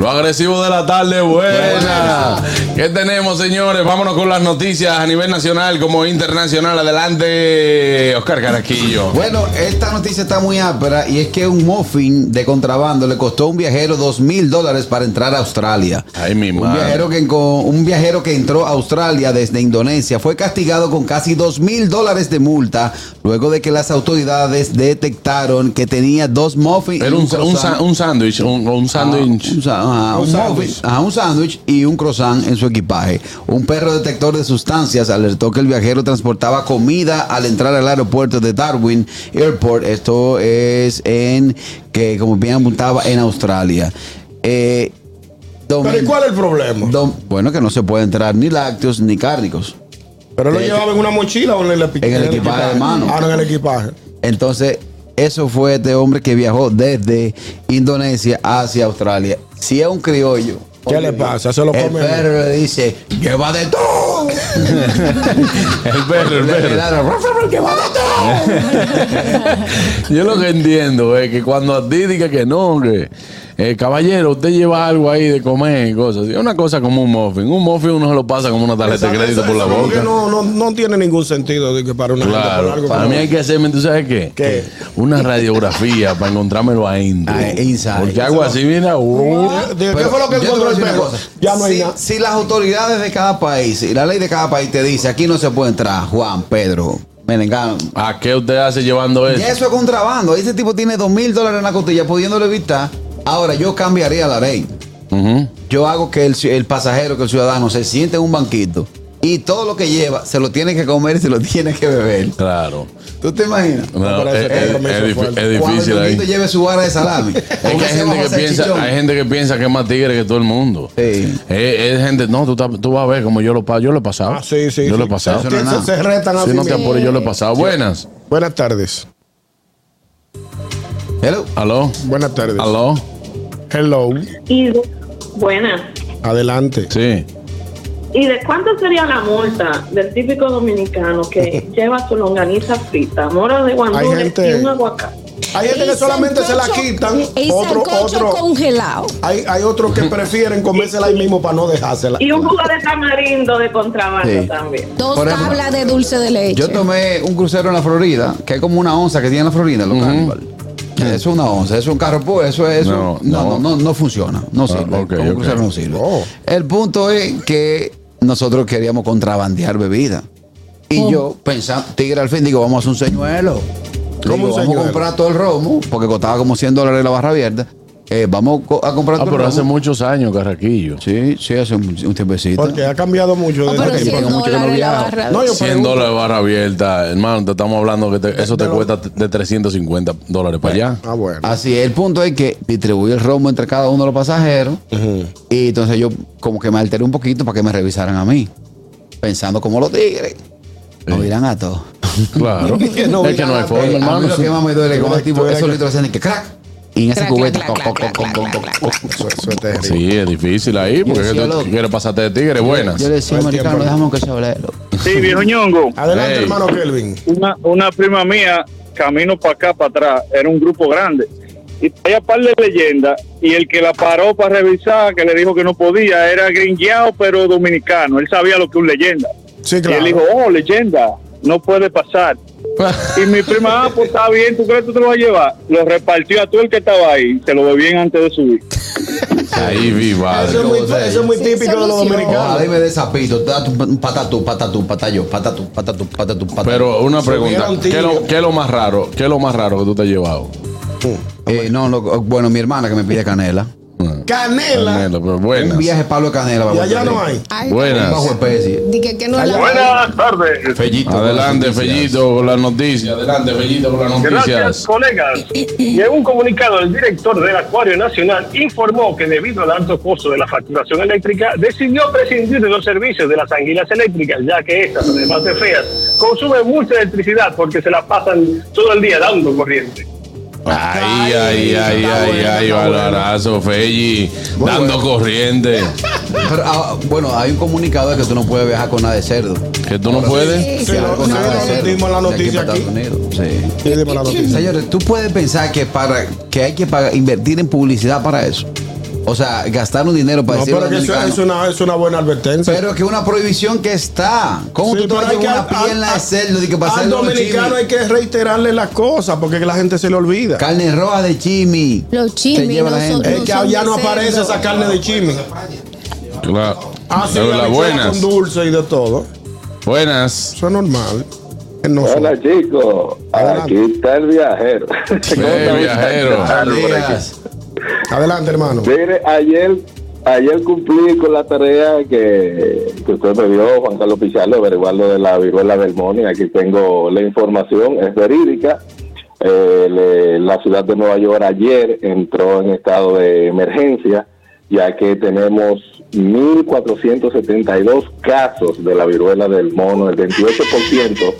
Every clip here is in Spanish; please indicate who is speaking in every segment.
Speaker 1: Lo agresivo de la tarde, buena. ¿Qué tenemos, señores? Vámonos con las noticias a nivel nacional como internacional. Adelante, Oscar Carasquillo.
Speaker 2: Bueno, esta noticia está muy ápera y es que un muffin de contrabando le costó a un viajero dos mil dólares para entrar a Australia.
Speaker 1: Ay, mi
Speaker 2: Un
Speaker 1: madre.
Speaker 2: viajero, que, enco- un viajero que entró a Australia desde Indonesia fue castigado con casi dos mil dólares de multa luego de que las autoridades detectaron que tenía dos muffins. y
Speaker 1: Era un, un,
Speaker 2: croissant.
Speaker 1: sa- un sándwich, un, un
Speaker 2: Ah, un
Speaker 1: sándwich.
Speaker 2: sa- ajá, un
Speaker 1: sándwich.
Speaker 2: muffin, ajá, un sándwich y un croissant en su equipaje. Un perro detector de sustancias alertó que el viajero transportaba comida al entrar al aeropuerto de Darwin Airport. Esto es en que, como bien apuntaba, en Australia. Eh, domin-
Speaker 3: Pero ¿y cuál es el problema?
Speaker 2: dom- bueno, que no se puede entrar ni lácteos ni cárnicos.
Speaker 3: ¿Pero lo
Speaker 2: de-
Speaker 3: llevaba en una mochila o en el, epi-
Speaker 2: En el equipaje de mano.
Speaker 3: Ah, no, en el equipaje.
Speaker 2: Entonces, eso fue este hombre que viajó desde Indonesia hacia Australia. Si es un criollo.
Speaker 3: ¿Qué le
Speaker 2: oye,
Speaker 3: pasa? Se lo
Speaker 2: El
Speaker 3: come.
Speaker 2: perro le dice, lleva de todo.
Speaker 1: El perro, el
Speaker 2: Le
Speaker 1: perro.
Speaker 2: tiraron, "Ruf, ruf, ruf, lleva de todo.
Speaker 1: Yo lo que entiendo es que cuando a ti diga que no, que eh, caballero, usted lleva algo ahí de comer y cosas. Es una cosa como un muffin. Un muffin uno se lo pasa como una tarjeta de crédito
Speaker 3: Eso-
Speaker 1: por la
Speaker 3: eso como que
Speaker 1: boca.
Speaker 3: No, no, no tiene ningún sentido de que para una gente por
Speaker 1: Claro,
Speaker 3: algo
Speaker 1: para
Speaker 3: como-
Speaker 1: mí hay que hacerme, ¿tú sabes qué?
Speaker 3: ¿Qué?
Speaker 1: Una radiografía para encontrármelo a Indio.
Speaker 2: Ah, inside.
Speaker 1: Porque hago así, mira. uh,
Speaker 3: ¿De ¿Qué
Speaker 2: Pero
Speaker 3: fue lo que
Speaker 2: yo te voy
Speaker 3: encontró
Speaker 2: a
Speaker 3: el
Speaker 2: decir una
Speaker 3: perro?
Speaker 2: cosa.
Speaker 3: Ya no hay
Speaker 2: si,
Speaker 3: nada.
Speaker 2: si las autoridades de cada país y la ley de cada país te dice, aquí no se puede entrar, Juan, Pedro, Menengano.
Speaker 1: ¿A qué usted hace llevando
Speaker 2: Ya
Speaker 1: eso?
Speaker 2: eso es contrabando. Ese tipo tiene dos mil dólares en la costilla pudiéndolo evitar. Ahora, yo cambiaría la ley.
Speaker 1: Ujú.
Speaker 2: Yo hago que el, ci- el pasajero, que el ciudadano se siente en un banquito y todo lo que lleva se lo tiene que comer y se lo tiene que beber.
Speaker 1: Claro.
Speaker 2: ¿Tú te imaginas?
Speaker 1: No,
Speaker 3: pero
Speaker 1: es,
Speaker 3: ese perro me
Speaker 1: es-
Speaker 3: hizo
Speaker 1: es difi-
Speaker 3: fuerte.
Speaker 1: es
Speaker 2: Cuando
Speaker 1: difícil
Speaker 2: el
Speaker 1: ahí.
Speaker 2: niño lleve su vara de salami.
Speaker 1: Es que hay gente que piensa, hay gente que piensa que es más tigre que todo el mundo.
Speaker 2: Sí.
Speaker 1: Es, es gente, no, tú, estás- tú vas a ver como yo lo paso. Yo lo he pasado.
Speaker 3: Ah, sí, sí.
Speaker 1: Yo
Speaker 3: sí.
Speaker 1: lo he pasado.
Speaker 2: Eso
Speaker 3: Se-
Speaker 2: no es nada.
Speaker 3: Se, se retan a
Speaker 1: Si
Speaker 3: sí
Speaker 1: no te
Speaker 3: mismo.
Speaker 1: apures, yo lo he pasado. Buenas.
Speaker 3: Buenas tardes.
Speaker 2: Hello.
Speaker 1: Aló.
Speaker 3: Buenas tardes.
Speaker 1: Aló.
Speaker 3: Hello.
Speaker 4: Y de- buena.
Speaker 3: Adelante.
Speaker 1: Sí.
Speaker 4: ¿Y de cuánto sería la multa del típico dominicano que lleva su longaniza frita, mora de
Speaker 3: Hay
Speaker 4: guandules
Speaker 3: gente-
Speaker 4: y un aguacate?
Speaker 3: Hay gente que
Speaker 5: Y
Speaker 3: solamente se la
Speaker 5: sancocho-
Speaker 3: quitan.
Speaker 5: Y
Speaker 3: Otro,
Speaker 5: sancocho
Speaker 3: otro.
Speaker 5: congelado.
Speaker 3: Hay, hay otros que prefieren comérsela ahí mismo para no dejársela.
Speaker 4: Y un jugo de tamarindo de contrabando
Speaker 2: Sí.
Speaker 4: también.
Speaker 5: Dos
Speaker 2: Por ejemplo,
Speaker 5: tablas de dulce de leche.
Speaker 2: Yo tomé un crucero en la Florida, que es como una onza que tiene en la Florida, los Carnival. Eso es una onza, eso es un carro puro, eso es.
Speaker 1: No,
Speaker 2: Eso, no,
Speaker 1: no. Ah,
Speaker 2: no, no, no funciona, no sirve.
Speaker 1: ok,
Speaker 2: como
Speaker 1: ok.
Speaker 2: un crucero no sirve.
Speaker 3: Oh.
Speaker 2: El punto es que nosotros queríamos contrabandear bebida. Y
Speaker 1: Oh.
Speaker 2: yo pensaba, tigre al fin, digo, vamos a hacer un señuelo.
Speaker 3: ¿Cómo
Speaker 2: Digo,
Speaker 3: un
Speaker 2: vamos
Speaker 3: señuelo?
Speaker 2: a comprar todo el romo, porque costaba como 100 dólares la barra abierta. Eh, vamos co- a comprar
Speaker 1: Ah,
Speaker 2: todo
Speaker 1: pero
Speaker 2: el
Speaker 1: hace
Speaker 2: romo.
Speaker 1: muchos años, Carraquillo.
Speaker 2: Sí, sí, hace un, un tiempecito.
Speaker 3: Porque ha cambiado mucho.
Speaker 5: Ah,
Speaker 3: desde
Speaker 5: pero
Speaker 3: que-
Speaker 2: sí,
Speaker 5: cien
Speaker 2: porque mucho yo no
Speaker 5: dólares la
Speaker 2: viajo.
Speaker 5: barra.
Speaker 3: No, yo
Speaker 1: 100
Speaker 3: pregunto.
Speaker 1: dólares barra abierta, hermano. Te estamos hablando que te- eso te
Speaker 3: De lo-
Speaker 1: cuesta de 350 dólares para allá.
Speaker 3: Ah, bueno.
Speaker 2: Así es, el punto es que distribuí el romo entre cada uno de los pasajeros y entonces yo como que me alteré un poquito para que me revisaran a mí, pensando como los tigres. Nos dirán a todos.
Speaker 1: Claro.
Speaker 3: Que no
Speaker 1: es que no hay
Speaker 3: vean
Speaker 1: forma,
Speaker 2: Eh, a mí
Speaker 1: hermano.
Speaker 2: lo que más me duele
Speaker 3: Tú
Speaker 2: con este
Speaker 3: eres- tú
Speaker 2: tipo
Speaker 3: eres
Speaker 2: esos
Speaker 3: que-
Speaker 2: litros hacen que crack y en esa
Speaker 5: Clac,
Speaker 2: cubeta.
Speaker 5: clac, clac,
Speaker 2: co- co-
Speaker 5: clac,
Speaker 2: co-
Speaker 5: clac,
Speaker 2: co- co-
Speaker 3: Eso, eso es terrible.
Speaker 1: Sí, es difícil ahí, porque
Speaker 2: Yo
Speaker 1: es que
Speaker 2: decía,
Speaker 1: tú
Speaker 2: loco.
Speaker 1: quieres pasarte de tigre. Buenas.
Speaker 2: Yo le decía,
Speaker 3: Buen tiempo,
Speaker 2: americano,
Speaker 3: ¿no?
Speaker 2: déjame que se hable. de lo-
Speaker 6: Sí, viejo ñongo.
Speaker 3: Adelante,
Speaker 1: Hey.
Speaker 3: hermano Kelvin.
Speaker 6: Una, una prima mía, camino para acá, para atrás, era un grupo grande. Y había par de leyendas. Y el que la paró para revisar, que le dijo que no podía, era gringueado, pero dominicano. Él sabía lo que un leyenda.
Speaker 3: Sí,
Speaker 6: Y él
Speaker 3: claro.
Speaker 6: dijo, oh, leyenda, no puede pasar. Y mi prima, ah, pues está bien, ¿tú crees que tú te lo vas a llevar? Lo repartió a todo el que estaba ahí. Se lo bebían antes de subir.
Speaker 1: Ahí vi,
Speaker 3: Eso es
Speaker 1: padre.
Speaker 3: muy,
Speaker 2: Yo sé.
Speaker 3: eso es muy
Speaker 5: Sí,
Speaker 3: típico de los
Speaker 5: solución.
Speaker 3: dominicanos.
Speaker 2: Ojalá y me desapito. Patatú, patatú, patatú, patatú, patatú, patatú, patatú.
Speaker 1: Pero una pregunta,
Speaker 3: Subieron
Speaker 1: ¿qué es lo,
Speaker 3: tigre.
Speaker 1: qué es lo más raro? ¿Qué es lo más raro que tú te has llevado?
Speaker 3: Uh,
Speaker 2: Eh, no, no, bueno, mi hermana que me pide canela.
Speaker 3: Canela.
Speaker 1: Canela, pero
Speaker 2: Un
Speaker 1: buenas.
Speaker 2: viaje palo de canela.
Speaker 3: Y allá no hay.
Speaker 5: Ay,
Speaker 2: Bajo
Speaker 1: Buenas.
Speaker 2: especie.
Speaker 5: Dije que no la
Speaker 6: tardes.
Speaker 2: Fellito, con las
Speaker 1: Adelante,
Speaker 2: noticias.
Speaker 1: Fellito, con las noticias. Adelante, Fellito, con las
Speaker 7: Gracias,
Speaker 1: noticias.
Speaker 7: colegas. Y en un comunicado, el director del Acuario Nacional informó que debido al alto costo de la facturación eléctrica, decidió prescindir de los servicios de las anguilas eléctricas, ya que estas, además de feas, consumen mucha electricidad porque se la pasan todo el día dando corriente.
Speaker 1: Ay, ay, ay,
Speaker 3: está
Speaker 1: ay,
Speaker 3: bueno,
Speaker 1: ay,
Speaker 3: está bueno.
Speaker 1: valorazo, Feji.
Speaker 2: Bueno,
Speaker 1: Dando corriente.
Speaker 2: Pero, ah, bueno, hay un comunicado de que tú no puedes viajar con nada de cerdo.
Speaker 1: Que tú no puedes.
Speaker 3: Sí, lo-
Speaker 2: con
Speaker 3: sí,
Speaker 2: nada de
Speaker 3: lo
Speaker 2: cerdo.
Speaker 3: dimos la
Speaker 2: De
Speaker 3: noticia
Speaker 2: para
Speaker 3: aquí.
Speaker 2: Estados Unidos, Sí.
Speaker 3: Sí, dime la noticia.
Speaker 2: Señores, tú puedes pensar que para que hay que pagar- invertir en publicidad para eso. O sea, gastar un dinero para
Speaker 3: No,
Speaker 2: decir
Speaker 3: pero que eso es una, es una buena advertencia.
Speaker 2: Pero que una prohibición que está. ¿Cómo
Speaker 3: Sí,
Speaker 2: tú te vas a
Speaker 3: pero hay
Speaker 2: llevar una
Speaker 3: que- al-
Speaker 2: pierna de
Speaker 3: al-
Speaker 2: cerdo de que para
Speaker 3: Al
Speaker 2: hacerlo los
Speaker 3: dominicano
Speaker 2: chimis?
Speaker 3: hay que reiterarle las cosas porque que la gente se le olvida.
Speaker 2: Carne roja de chimi.
Speaker 5: Los
Speaker 2: Te
Speaker 5: chimis
Speaker 2: lleva
Speaker 5: no
Speaker 2: la
Speaker 5: son,
Speaker 2: gente.
Speaker 3: es que
Speaker 5: son
Speaker 3: allá
Speaker 5: de
Speaker 3: no aparece
Speaker 5: cerdo.
Speaker 3: esa carne de chimi.
Speaker 1: Claro.
Speaker 3: Ah, sí,
Speaker 1: Pero
Speaker 3: la
Speaker 1: las
Speaker 3: lechuga
Speaker 1: buenas.
Speaker 3: con dulce y de todo.
Speaker 1: Buenas.
Speaker 3: Eso es normal. Es no
Speaker 6: Hola
Speaker 3: solo.
Speaker 6: chicos,
Speaker 3: Adelante.
Speaker 6: aquí está el viajero. ¿Cómo está
Speaker 1: eh, viajero.
Speaker 6: muchacho? Por aquí.
Speaker 2: Días.
Speaker 3: Adelante, hermano.
Speaker 6: Mire, ayer, ayer cumplí con la tarea que, que usted me dio, Juan Carlos Pichardo, averiguar lo de la viruela del mono. y Aquí tengo la información, es verídica. Eh, le- la ciudad de Nueva York ayer entró en estado de emergencia, ya que tenemos 1.472 casos de la viruela del mono, el 28%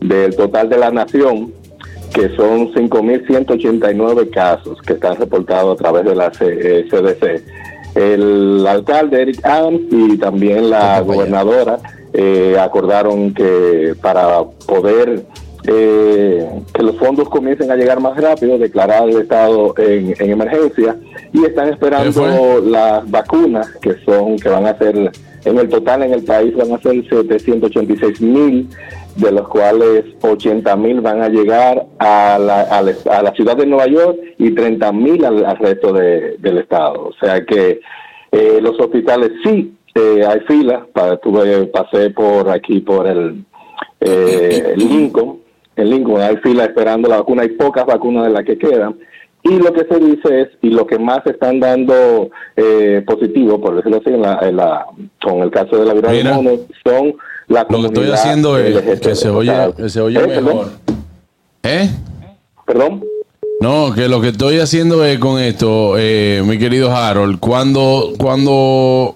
Speaker 6: del total de la nación que son 5.189 casos que están reportados a través de la C- eh, CDC. El alcalde Eric Adams y también la gobernadora eh, acordaron que para poder eh, que los fondos comiencen a llegar más rápido, declarar el estado en, en emergencia y están
Speaker 1: ¿Qué fue?
Speaker 6: esperando las vacunas que son que van a ser en el total en el país van a ser 786 mil de los cuales 80 mil van a llegar a la, a, la, a la ciudad de Nueva York y 30 mil al, al resto de- del estado. O sea que eh, los hospitales sí eh, hay filas. Pa- tuve- pasé por aquí, por el eh, Lincoln. En Lincoln hay fila esperando la vacuna. Hay pocas vacunas de las que quedan. Y lo que se dice es, y lo que más están dando eh, positivo, por decirlo así, en la- en la- con el caso de la viral
Speaker 1: Mira.
Speaker 6: mono, son la
Speaker 1: Lo que estoy haciendo es que se oye, que se oye mejor. ¿Eh?
Speaker 6: Perdón.
Speaker 1: No, que lo que estoy haciendo es con esto, eh, mi querido Harold, cuando, cuando,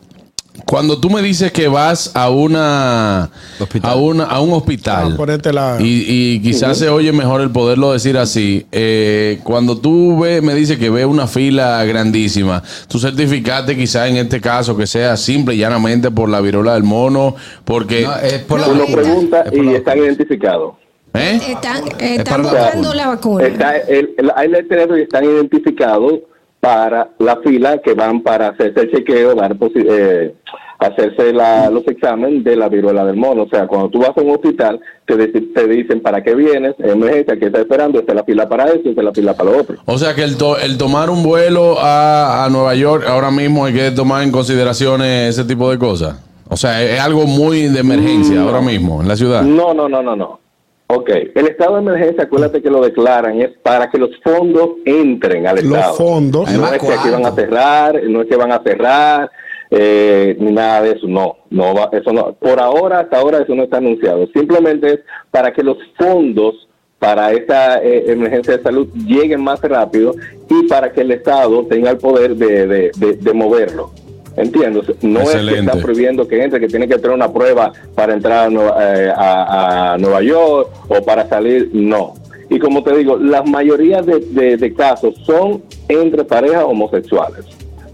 Speaker 1: cuando tú me dices que vas a una,
Speaker 2: Hospital.
Speaker 1: a una, a un hospital.
Speaker 3: Ah, ponete la-
Speaker 1: Y, y quizás se oye mejor el poderlo decir así. Eh, cuando tú ve, me dices que ve una fila grandísima, tú certificaste quizás en este caso que sea simple y llanamente por la viruela del mono, porque...
Speaker 2: No, es por la
Speaker 6: Uno
Speaker 5: vacuna.
Speaker 6: Eh, pregunta
Speaker 2: Es por la
Speaker 6: y están identificados.
Speaker 1: ¿Eh?
Speaker 5: Están,
Speaker 2: para
Speaker 5: están
Speaker 2: la
Speaker 5: buscando
Speaker 2: vacuna.
Speaker 5: la vacuna.
Speaker 6: Está el, el, hay letreros y están identificados para la fila que van para hacerse el chequeo, dar posi- eh, hacerse la- los exámenes de la viruela del mono. O sea, cuando tú vas a un hospital, te, dice- te dicen para qué vienes, emergencia, que está esperando, esta es la fila para eso, esta es la fila para lo otro.
Speaker 1: O sea que el, to- el tomar un vuelo a, a Nueva York ahora mismo hay que tomar en consideración eh, ese tipo de cosas. O sea, es, es algo muy de emergencia ahora mismo en la ciudad.
Speaker 6: Mm, No, no, no, no, no. Ok, el estado de emergencia, acuérdate que lo declaran, es para que los fondos entren al estado.
Speaker 3: Los fondos.
Speaker 2: Además,
Speaker 6: no es que aquí van a
Speaker 2: ¿cuánto?
Speaker 6: cerrar, no es que van a cerrar, eh, ni nada de eso, no, no va, eso no, por ahora, hasta ahora eso no está anunciado, simplemente es para que los fondos para esta eh, emergencia de salud lleguen más rápido y para que el Estado tenga el poder de, de, de- de moverlo. Entiendo, no es
Speaker 1: Excelente.
Speaker 6: que están prohibiendo que entre, que tiene que tener una prueba para entrar a Nueva, eh, a- a Nueva York o para salir, no. Y como te digo, la mayoría de, de- de casos son entre parejas homosexuales.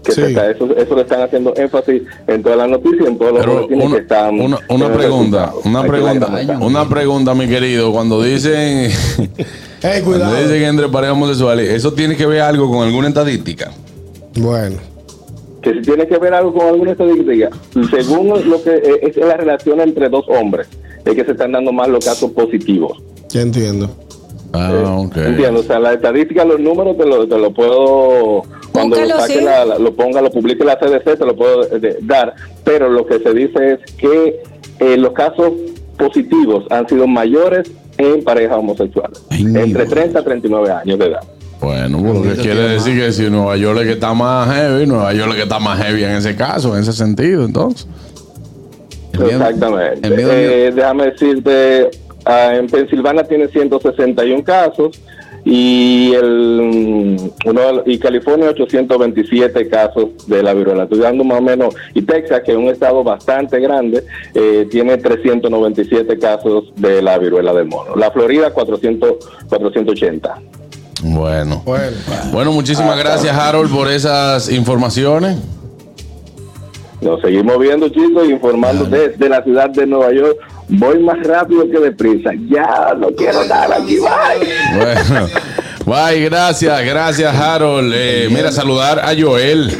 Speaker 6: Que
Speaker 3: Sí.
Speaker 6: se está- eso, eso le están haciendo énfasis en toda la noticia, en todos los
Speaker 1: Pero
Speaker 6: boletines
Speaker 1: una,
Speaker 6: que están.
Speaker 1: una-
Speaker 6: en
Speaker 1: una
Speaker 6: los
Speaker 1: pregunta,
Speaker 6: resultados.
Speaker 1: una
Speaker 6: Hay que
Speaker 1: pregunta,
Speaker 6: ver cómo está.
Speaker 1: una pregunta, mi querido. Cuando dicen,
Speaker 3: Ey,
Speaker 1: cuando
Speaker 3: cuidado.
Speaker 1: dicen que entre parejas homosexuales, ¿eso tiene que ver algo con alguna estadística?
Speaker 3: Bueno.
Speaker 6: que si tiene que ver algo con alguna estadística, según lo que eh, es la relación entre dos hombres, es que se están dando más los casos positivos.
Speaker 3: Ya entiendo.
Speaker 1: Ah, ok.
Speaker 6: Entiendo, o sea, la estadística, los números te lo, te lo puedo, cuando lo,
Speaker 5: Búscalo,
Speaker 6: saque
Speaker 5: sí.
Speaker 6: la- la- lo ponga, lo publique la CDC, te lo puedo eh, de- dar, pero lo que se dice es que eh, los casos positivos han sido mayores en parejas homosexuales,
Speaker 2: Ay, mi
Speaker 6: entre
Speaker 2: madre.
Speaker 6: 30 a 39 años de edad.
Speaker 1: Bueno, porque quiere decir que si Nueva York es que está más heavy, Nueva York es que está más heavy en ese caso, en ese sentido, entonces.
Speaker 2: El miedo-
Speaker 6: Exactamente.
Speaker 2: el miedo-
Speaker 6: Eh, déjame decirte, ah, en Pensilvania tiene 161 casos y el mm, uno de los- y California 827 casos de la viruela. Estoy dando más o menos y Texas, que es un estado bastante grande, eh, tiene 397 casos de la viruela del mono. La Florida 400 480.
Speaker 1: Bueno.
Speaker 3: Bueno.
Speaker 1: Bueno, muchísimas gracias, Harold, por esas informaciones.
Speaker 6: Nos seguimos viendo, chicos, informando desde la ciudad de Nueva York. Voy más rápido que deprisa. Ya, no quiero estar aquí, bye.
Speaker 1: Bueno. Bye, gracias, gracias, Harold. Eh, mira, saludar a Joel.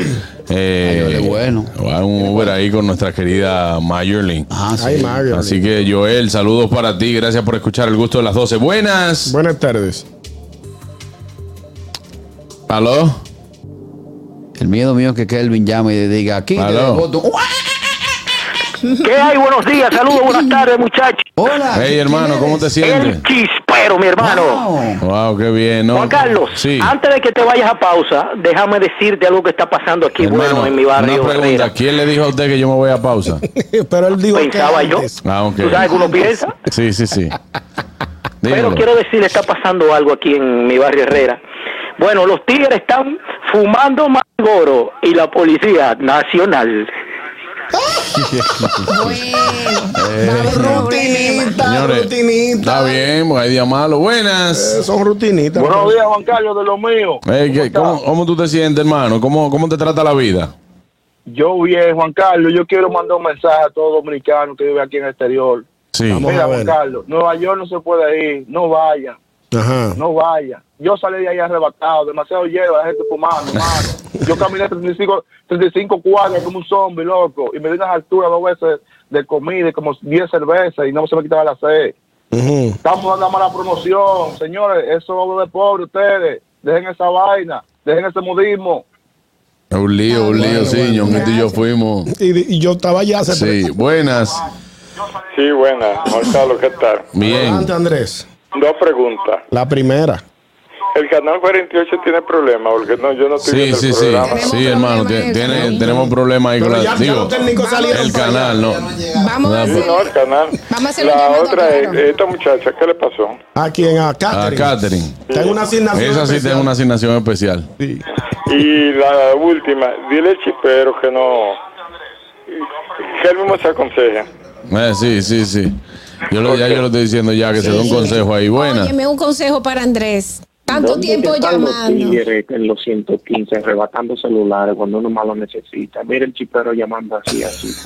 Speaker 1: Eh,
Speaker 2: Ay, Joel es bueno.
Speaker 1: va Un Uber ahí con nuestra querida Mayerlin.
Speaker 2: Ah, sí.
Speaker 3: Ay, Mario.
Speaker 1: Así que, Joel, saludos para ti. Gracias por escuchar el gusto de las 12. Buenas.
Speaker 3: Buenas tardes.
Speaker 1: ¿Aló?
Speaker 2: El miedo mío es que Kelvin llame y diga aquí.
Speaker 1: Aló.
Speaker 2: le doy voto. ¡Uah!
Speaker 5: ¿Qué hay? Buenos días, saludos, buenas tardes, muchachos.
Speaker 2: Hola.
Speaker 1: Hey,
Speaker 2: ¿quién
Speaker 1: hermano,
Speaker 2: eres?
Speaker 1: ¿cómo te sientes?
Speaker 5: El chispero, mi hermano.
Speaker 2: Wow.
Speaker 1: Wow, qué bien, ¿no?
Speaker 5: Juan Carlos,
Speaker 1: sí.
Speaker 5: antes de que te vayas a pausa, déjame decirte algo que está pasando aquí,
Speaker 1: Hermano,
Speaker 5: bueno, en mi barrio.
Speaker 1: Una pregunta,
Speaker 5: Herrera.
Speaker 1: ¿quién le dijo a usted que yo me voy a pausa?
Speaker 3: Pero él dijo
Speaker 5: Pensaba
Speaker 3: que
Speaker 5: yo.
Speaker 3: antes.
Speaker 1: Ah, ok.
Speaker 5: ¿Tú sabes que uno piensa?
Speaker 1: Sí, sí, sí.
Speaker 5: Pero
Speaker 1: Dígalo.
Speaker 5: quiero decirle, está pasando algo aquí en mi barrio Herrera. Bueno, los tigres están fumando mangoro y la Policía Nacional.
Speaker 3: Eh, Rutinita,
Speaker 1: Señores,
Speaker 3: rutinita.
Speaker 1: Está bien, pues hay día malo. Buenas.
Speaker 3: Eh, Son rutinitas.
Speaker 6: Buenos días, Juan Carlos, de lo mío.
Speaker 3: Eh,
Speaker 1: Ey, ¿qué- ¿cómo, cómo tú te sientes, hermano? ¿Cómo, ¿Cómo te trata la vida?
Speaker 6: Yo bien, Juan Carlos, yo quiero mandar un mensaje a todos los dominicanos que viven aquí en el exterior.
Speaker 1: Sí.
Speaker 3: Vamos. a
Speaker 6: Mira,
Speaker 3: ver.
Speaker 6: Juan Carlos, Nueva York no se puede ir, no vaya,
Speaker 3: Ajá.
Speaker 6: no vaya. Yo salí de ahí arrebatado, demasiado hierba, la gente fumando, hermano. Yo caminé 35, 35 cuadras como un zombie, loco, y me di unas alturas dos veces de comida, y como 10 cervezas, y no se me quitaba la sed.
Speaker 3: Ujú.
Speaker 6: Estamos dando mala promoción, señores, eso es obra de pobre ustedes. Dejen esa vaina, dejen ese modismo.
Speaker 1: Es Un lío, un lío, sí. Ñonguito y yo fuimos.
Speaker 3: Y, di- y yo estaba ya hace
Speaker 1: Sí, buenas.
Speaker 8: Sí, buena. Juan Carlos, ¿qué tal?
Speaker 1: Bien.
Speaker 3: Adelante, Andrés.
Speaker 8: Dos preguntas.
Speaker 3: La primera.
Speaker 8: El canal 48 tiene problemas porque no, yo no estoy
Speaker 1: Sí,
Speaker 8: viendo
Speaker 1: sí,
Speaker 8: el
Speaker 1: sí.
Speaker 8: programa.
Speaker 1: Sí, hermano, tiene- tiene- tenemos problemas ahí con
Speaker 3: Pero
Speaker 1: la.
Speaker 3: ya, ya los
Speaker 1: Digo,
Speaker 5: Ah,
Speaker 3: técnicos salieron.
Speaker 1: el
Speaker 3: para allá.
Speaker 1: canal, no.
Speaker 9: Vamos a
Speaker 8: Sí,
Speaker 9: hacer.
Speaker 8: no, el canal.
Speaker 9: Vamos a hacer un
Speaker 8: La
Speaker 9: llamado,
Speaker 8: otra es,
Speaker 9: claro.
Speaker 8: esta muchacha, ¿qué le pasó?
Speaker 3: ¿A quién? A
Speaker 1: A
Speaker 3: Catherine.
Speaker 1: Catherine.
Speaker 3: Tengo una asignación.
Speaker 1: Esa sí
Speaker 3: especial.
Speaker 1: tiene una asignación especial.
Speaker 3: Sí.
Speaker 8: Y la última, dile al chipero que no... Que él mismo se aconseje.
Speaker 1: Eh, sí, sí, sí. Yo lo, ya yo lo estoy diciendo ya, que se dé un consejo ahí. Buenas.
Speaker 9: Óyeme, un consejo para Andrés. Tanto
Speaker 4: ¿Dónde
Speaker 9: tiempo
Speaker 4: están
Speaker 9: llamando.
Speaker 4: Los tigres en los 115 arrebatando celulares cuando uno más lo necesita. Mira el chipero llamando así, así.
Speaker 3: Sí,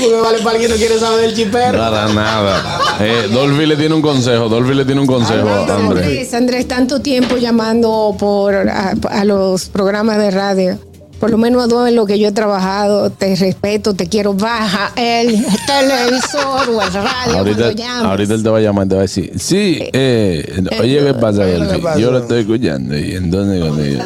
Speaker 3: porque vale para alguien que no quiere saber del chipero.
Speaker 1: Nada, nada. Eh, Dolphy le tiene un consejo. Dolphy le tiene un consejo
Speaker 9: Hablando
Speaker 1: a
Speaker 9: de
Speaker 1: Andrés.
Speaker 9: Andrés, Andrés, tanto tiempo llamando por a, a los programas de radio. Por lo menos dos en lo que yo he trabajado, te respeto, te quiero. Baja el televisor o el radio
Speaker 1: Ahorita,
Speaker 9: cuando llamas.
Speaker 1: ahorita él te va a llamar y te va a decir, sí, eh, oye, ¿qué pasa, Dolphy? Yo lo estoy escuchando y entonces cuando yo-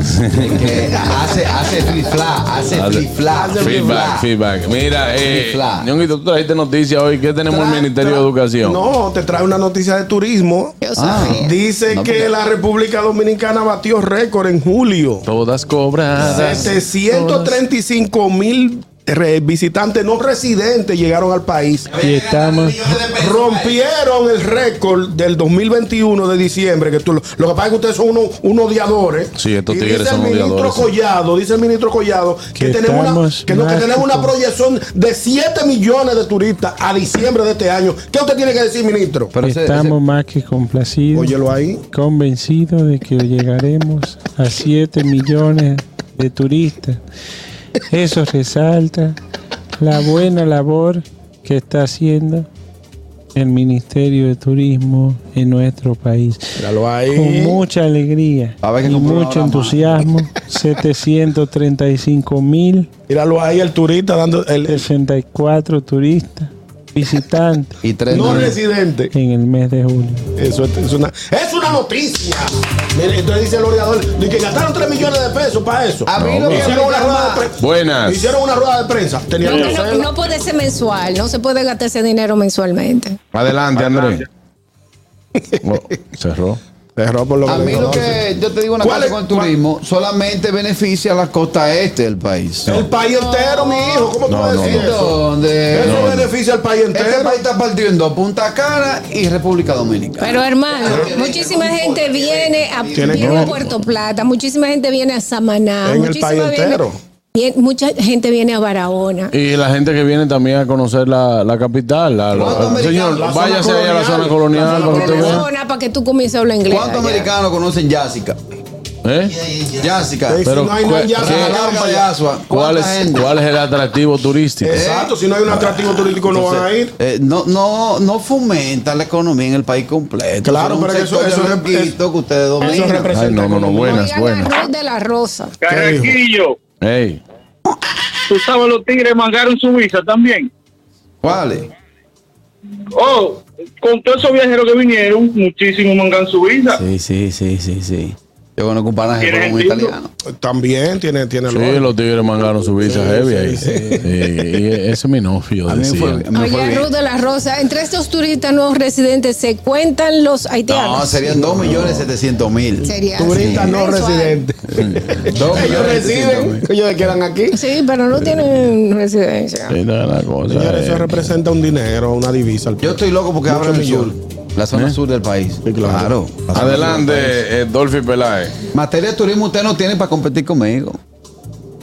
Speaker 2: Que hace, hace flifla, hace
Speaker 1: Hace-
Speaker 2: flifla.
Speaker 1: Feedback, feedback. Mira, eh,
Speaker 2: Fla.
Speaker 1: Ñonguito, tú trajiste noticias hoy. ¿Qué tenemos el Ministerio de Educación?
Speaker 3: No, te trae una noticia de turismo.
Speaker 9: Yo
Speaker 3: Ah.
Speaker 9: sabía.
Speaker 3: Dice
Speaker 2: No,
Speaker 3: que
Speaker 2: porque-
Speaker 3: la República Dominicana batió récord en julio.
Speaker 1: Todas cobradas.
Speaker 3: 735 mil re- visitantes no residentes llegaron al país.
Speaker 10: Y estamos.
Speaker 3: Rompieron el récord del 2021 de diciembre. Que tú, lo que pasa es que ustedes son unos, unos odiadores.
Speaker 1: Sí, estos
Speaker 3: Y
Speaker 1: tigres
Speaker 3: dice
Speaker 1: son
Speaker 3: el ministro
Speaker 1: odiadores.
Speaker 3: Collado, dice el ministro Collado, que,
Speaker 10: Que
Speaker 3: tenemos, una,
Speaker 10: estamos
Speaker 3: que, no, que
Speaker 10: más
Speaker 3: tenemos
Speaker 10: que
Speaker 3: una
Speaker 10: con-
Speaker 3: proyección de 7 millones de turistas a diciembre de este año. ¿Qué usted tiene que decir, ministro?
Speaker 2: Pero ese- ese-
Speaker 10: Estamos más que complacidos,
Speaker 3: Óyelo ahí.
Speaker 10: convencidos de que llegaremos a 7 millones de turistas. Eso resalta la buena labor que está haciendo el Ministerio de Turismo en nuestro país.
Speaker 3: Míralo
Speaker 10: Con mucha alegría
Speaker 2: A ver que
Speaker 10: y
Speaker 2: compró una
Speaker 10: mucho
Speaker 2: hora más.
Speaker 10: entusiasmo, 735 mil
Speaker 3: Míralo ahí, el turista dando el
Speaker 10: 64 turistas visitantes
Speaker 2: Y tres
Speaker 3: no
Speaker 2: números.
Speaker 3: residente.
Speaker 10: en el mes de julio.
Speaker 3: Eso es, es una, es una noticia. Mire, entonces dice el orador de que gastaron 3 millones de pesos para eso.
Speaker 2: A mí lo que
Speaker 3: hicieron,
Speaker 2: me
Speaker 3: una rueda de
Speaker 2: llama-
Speaker 3: pre-
Speaker 1: Buenas.
Speaker 3: hicieron una rueda de prensa. Tenían
Speaker 9: No,
Speaker 3: que
Speaker 9: no,
Speaker 3: hacerla.
Speaker 9: no puede ser mensual, no se puede gastar ese dinero mensualmente.
Speaker 1: Adelante, Andrés. Ah, Oh, cerró.
Speaker 3: Cerró por lo
Speaker 2: A mí lo que yo te digo una
Speaker 3: ¿Cuál
Speaker 2: cosa
Speaker 3: es-
Speaker 2: con el turismo, solamente beneficia a la costa este del país.
Speaker 3: El país entero, mi hijo. ¿Cómo
Speaker 1: No,
Speaker 3: tú vas a
Speaker 1: no,
Speaker 3: decir
Speaker 1: no.
Speaker 3: eso?
Speaker 2: Donde
Speaker 3: Eso beneficia al país entero.
Speaker 2: este país está partiendo Punta Cana y República Dominicana.
Speaker 9: Pero hermano, muchísima gente viene a,
Speaker 3: Tiene
Speaker 9: viene
Speaker 3: que-
Speaker 9: a Puerto Plata, muchísima gente viene a Samaná,
Speaker 3: En el
Speaker 9: muchísima
Speaker 3: país
Speaker 9: viene-
Speaker 3: entero.
Speaker 9: bien- mucha gente viene a Barahona.
Speaker 1: Y la gente que viene también a conocer la, la capital. la- la-
Speaker 2: ¿Cuántos
Speaker 1: señor,
Speaker 2: americanos? La
Speaker 1: váyase
Speaker 2: zona
Speaker 1: ahí a la
Speaker 2: colonial.
Speaker 1: zona colonial para que usted vea.
Speaker 9: Barahona para que tú comiences a hablar inglés.
Speaker 2: ¿Cuántos
Speaker 9: allá.
Speaker 2: americanos conocen Jessica?
Speaker 1: ¿Eh?
Speaker 2: Jessica.
Speaker 1: Pero, ¿cuál- qué-
Speaker 2: ah,
Speaker 1: ¿cuál, es, ¿Cuál es el atractivo turístico?
Speaker 3: Eh,
Speaker 2: Eh,
Speaker 3: Exacto, si no hay un atractivo turístico no van a ir.
Speaker 2: no, no, no fomenta la economía en el país completo.
Speaker 3: Claro,
Speaker 2: Son un
Speaker 3: pero que eso-
Speaker 2: sector
Speaker 3: eso
Speaker 2: de
Speaker 3: rep-
Speaker 2: blanquito que ustedes dominan.
Speaker 1: Ay, no, no, no, buenas, buenas.
Speaker 9: Arroz de la Rosa.
Speaker 6: Carraquillo,
Speaker 1: Ey,
Speaker 6: tú sabes, los tigres mangaron su visa también.
Speaker 2: ¿Cuáles?
Speaker 6: Oh, con todos esos viajeros que vinieron, muchísimos mangan su visa.
Speaker 2: Sí, sí, sí, sí, sí. Yo conozco un panaje
Speaker 6: ¿Tienes
Speaker 2: con un
Speaker 6: el libro?
Speaker 2: italiano.
Speaker 3: También tiene, tiene
Speaker 1: sí, los tigres mangaron su visa heavy ahí.
Speaker 3: sí,
Speaker 1: Sí, y ese es mi novio,
Speaker 2: mí
Speaker 1: decía.
Speaker 2: fue- a mí
Speaker 9: Allá arroz de la Rosa. Entre estos turistas no residentes se cuentan los haitianos.
Speaker 2: No, serían 2 millones 700 mil.
Speaker 9: Sería.
Speaker 3: Turistas no
Speaker 9: Mensual.
Speaker 3: residentes. Ellos residen, ellos se quedan aquí.
Speaker 9: Sí, pero no tienen residencia.
Speaker 1: Sí, no, la cosa
Speaker 3: Señores,
Speaker 1: es-
Speaker 3: eso representa un dinero, una divisa. al
Speaker 2: Yo estoy loco porque
Speaker 3: Muchos
Speaker 2: abran el sur.
Speaker 3: millones.
Speaker 2: La zona
Speaker 1: ¿Eh?
Speaker 2: sur del país. claro. la zona sur del país.
Speaker 1: Adelante, eh, Dolphy Peláez.
Speaker 2: Materia de turismo usted no tiene para competir conmigo.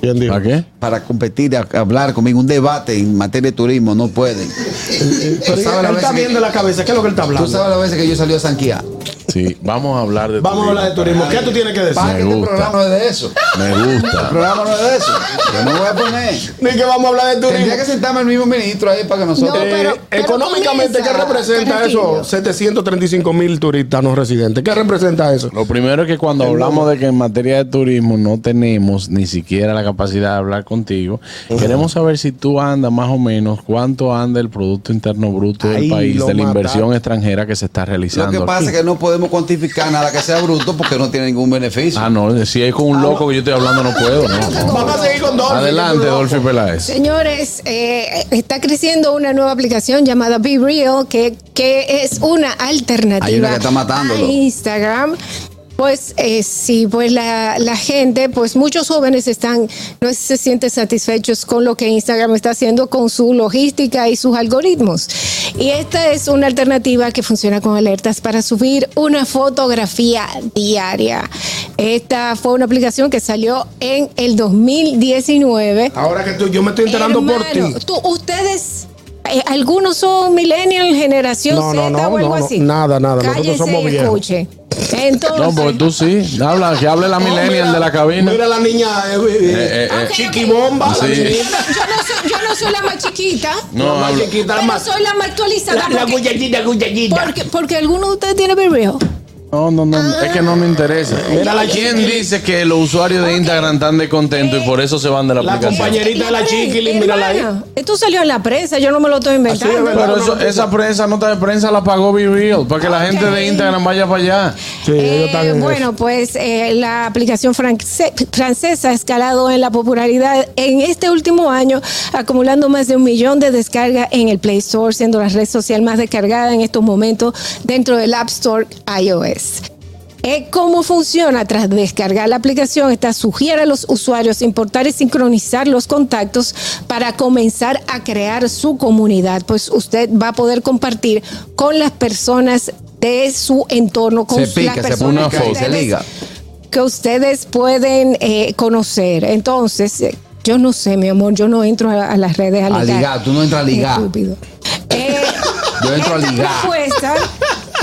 Speaker 3: ¿Quién dijo?
Speaker 1: ¿Para qué?
Speaker 2: Para competir, a- hablar conmigo. Un debate en materia de turismo no pueden.
Speaker 3: Pero
Speaker 2: ¿Tú sabes la
Speaker 3: él
Speaker 2: vez
Speaker 3: está
Speaker 2: que-
Speaker 3: viendo la cabeza, ¿qué es lo que él está
Speaker 2: Tú
Speaker 3: hablando?
Speaker 2: sabes las veces que yo salí a Sanquía.
Speaker 1: Sí, vamos a hablar de
Speaker 3: Vamos a hablar de turismo. ¿Qué tú tienes que decir?
Speaker 2: Para que este
Speaker 1: gusta.
Speaker 2: programa no es de eso.
Speaker 1: Me
Speaker 2: El
Speaker 1: gusta.
Speaker 2: programa no es de eso. Yo no voy a poner.
Speaker 3: Ni que vamos a hablar de turismo.
Speaker 2: Tendría que sentarme el mismo ministro ahí para que nosotros.
Speaker 9: No, pero-
Speaker 3: Eh,
Speaker 9: pero
Speaker 3: económicamente, ¿qué
Speaker 9: comienza,
Speaker 3: representa
Speaker 9: Carraquillo.
Speaker 3: eso? 735 mil turistas no residentes. ¿Qué representa eso?
Speaker 1: Lo primero es que cuando hablamos de que en materia de turismo no tenemos ni siquiera la capacidad de hablar contigo, queremos saber si tú andas más o menos cuánto anda el Producto Interno Bruto del
Speaker 3: Ay,
Speaker 1: país,
Speaker 3: lo
Speaker 1: de la
Speaker 3: mataste.
Speaker 1: inversión extranjera que se está
Speaker 2: Lo
Speaker 9: pues.
Speaker 1: realizando.
Speaker 2: que pasa
Speaker 1: aquí.
Speaker 2: es que no podemos cuantificar nada que sea bruto porque no tiene ningún beneficio.
Speaker 1: Ah, no, si es con un loco que yo estoy hablando, no puedo. no, no.
Speaker 3: Vamos a seguir con Dolphy.
Speaker 1: Adelante, Dolphy Peláez.
Speaker 9: Señores, eh, está creciendo una nueva aplicación llamada Be Real, que, que es una alternativa
Speaker 2: Hay una que está matándolo.
Speaker 9: a Instagram. Pues eh, sí, pues la, la gente, pues muchos jóvenes están, no se sienten satisfechos con lo que Instagram está haciendo con su logística y sus algoritmos. Y esta es una alternativa que funciona con alertas para subir una fotografía diaria. Esta fue una aplicación que salió en el 2019.
Speaker 3: Ahora que tú, yo me estoy enterando por ti.
Speaker 9: Hermano, tú- ustedes, eh, algunos son millennial, generación
Speaker 3: No, no,
Speaker 9: Z
Speaker 3: no,
Speaker 9: o algo
Speaker 3: no, no,
Speaker 9: así.
Speaker 3: nada, nada, nosotros
Speaker 9: Cállense
Speaker 3: somos
Speaker 9: y
Speaker 3: viejos.
Speaker 9: escuchen. Entonces,
Speaker 1: No, porque tú sí. Habla, que hable la millennial de la cabina.
Speaker 3: Mira la niña eh, eh,
Speaker 1: Eh, eh, eh.
Speaker 3: chiquibomba.
Speaker 1: Sí.
Speaker 3: la
Speaker 9: yo, no,
Speaker 3: niña.
Speaker 9: yo no soy, yo no soy la más chiquita,
Speaker 1: No,
Speaker 3: la más
Speaker 1: habla-
Speaker 3: chiquita, la
Speaker 9: pero
Speaker 3: más.
Speaker 9: soy la más actualizada.
Speaker 3: La, la
Speaker 9: porque,
Speaker 3: guyallita, guyallita.
Speaker 9: porque, porque alguno de ustedes tiene berreo.
Speaker 1: No, no, no, es que no me interesa.
Speaker 3: Mira la
Speaker 1: ¿Quién
Speaker 3: chiqui.
Speaker 1: dice que los usuarios de Instagram están descontentos y por eso se van de la
Speaker 3: La
Speaker 1: aplicación?
Speaker 3: compañera. Señorita de la Chiquili, mírala ahí.
Speaker 9: Esto salió en la prensa, yo no me lo estoy
Speaker 3: Así es,
Speaker 9: inventando.
Speaker 3: ¿verdad?
Speaker 1: Pero eso- esa prensa, nota de prensa la pagó Be Real para que la
Speaker 3: Ah,
Speaker 1: gente de Instagram vaya para allá.
Speaker 3: Sí,
Speaker 9: Eh,
Speaker 3: ellos están en eso.
Speaker 9: bueno, pues eh, la aplicación france- francesa ha escalado en la popularidad en este último año, acumulando más de un millón de descargas en el Play Store, siendo la red social más descargada en estos momentos dentro del App Store iOS. Eh, ¿Cómo funciona? Tras descargar la aplicación, esta sugiere a los usuarios importar y sincronizar los contactos para comenzar a crear su comunidad. Pues usted va a poder compartir con las personas de su entorno, con
Speaker 2: Se
Speaker 9: las
Speaker 2: pica, se
Speaker 9: personas
Speaker 1: pone
Speaker 9: que
Speaker 1: una foto,
Speaker 2: se
Speaker 9: ustedes-
Speaker 2: liga.
Speaker 9: que ustedes pueden eh, conocer. Entonces, eh, yo no sé, mi amor, yo no entro a, a las redes a
Speaker 2: A
Speaker 9: ligar.
Speaker 2: ligar, tú no entras a ligar.
Speaker 9: Estúpido. Eh,
Speaker 2: Yo entro a
Speaker 9: esta
Speaker 2: ligar.
Speaker 9: propuesta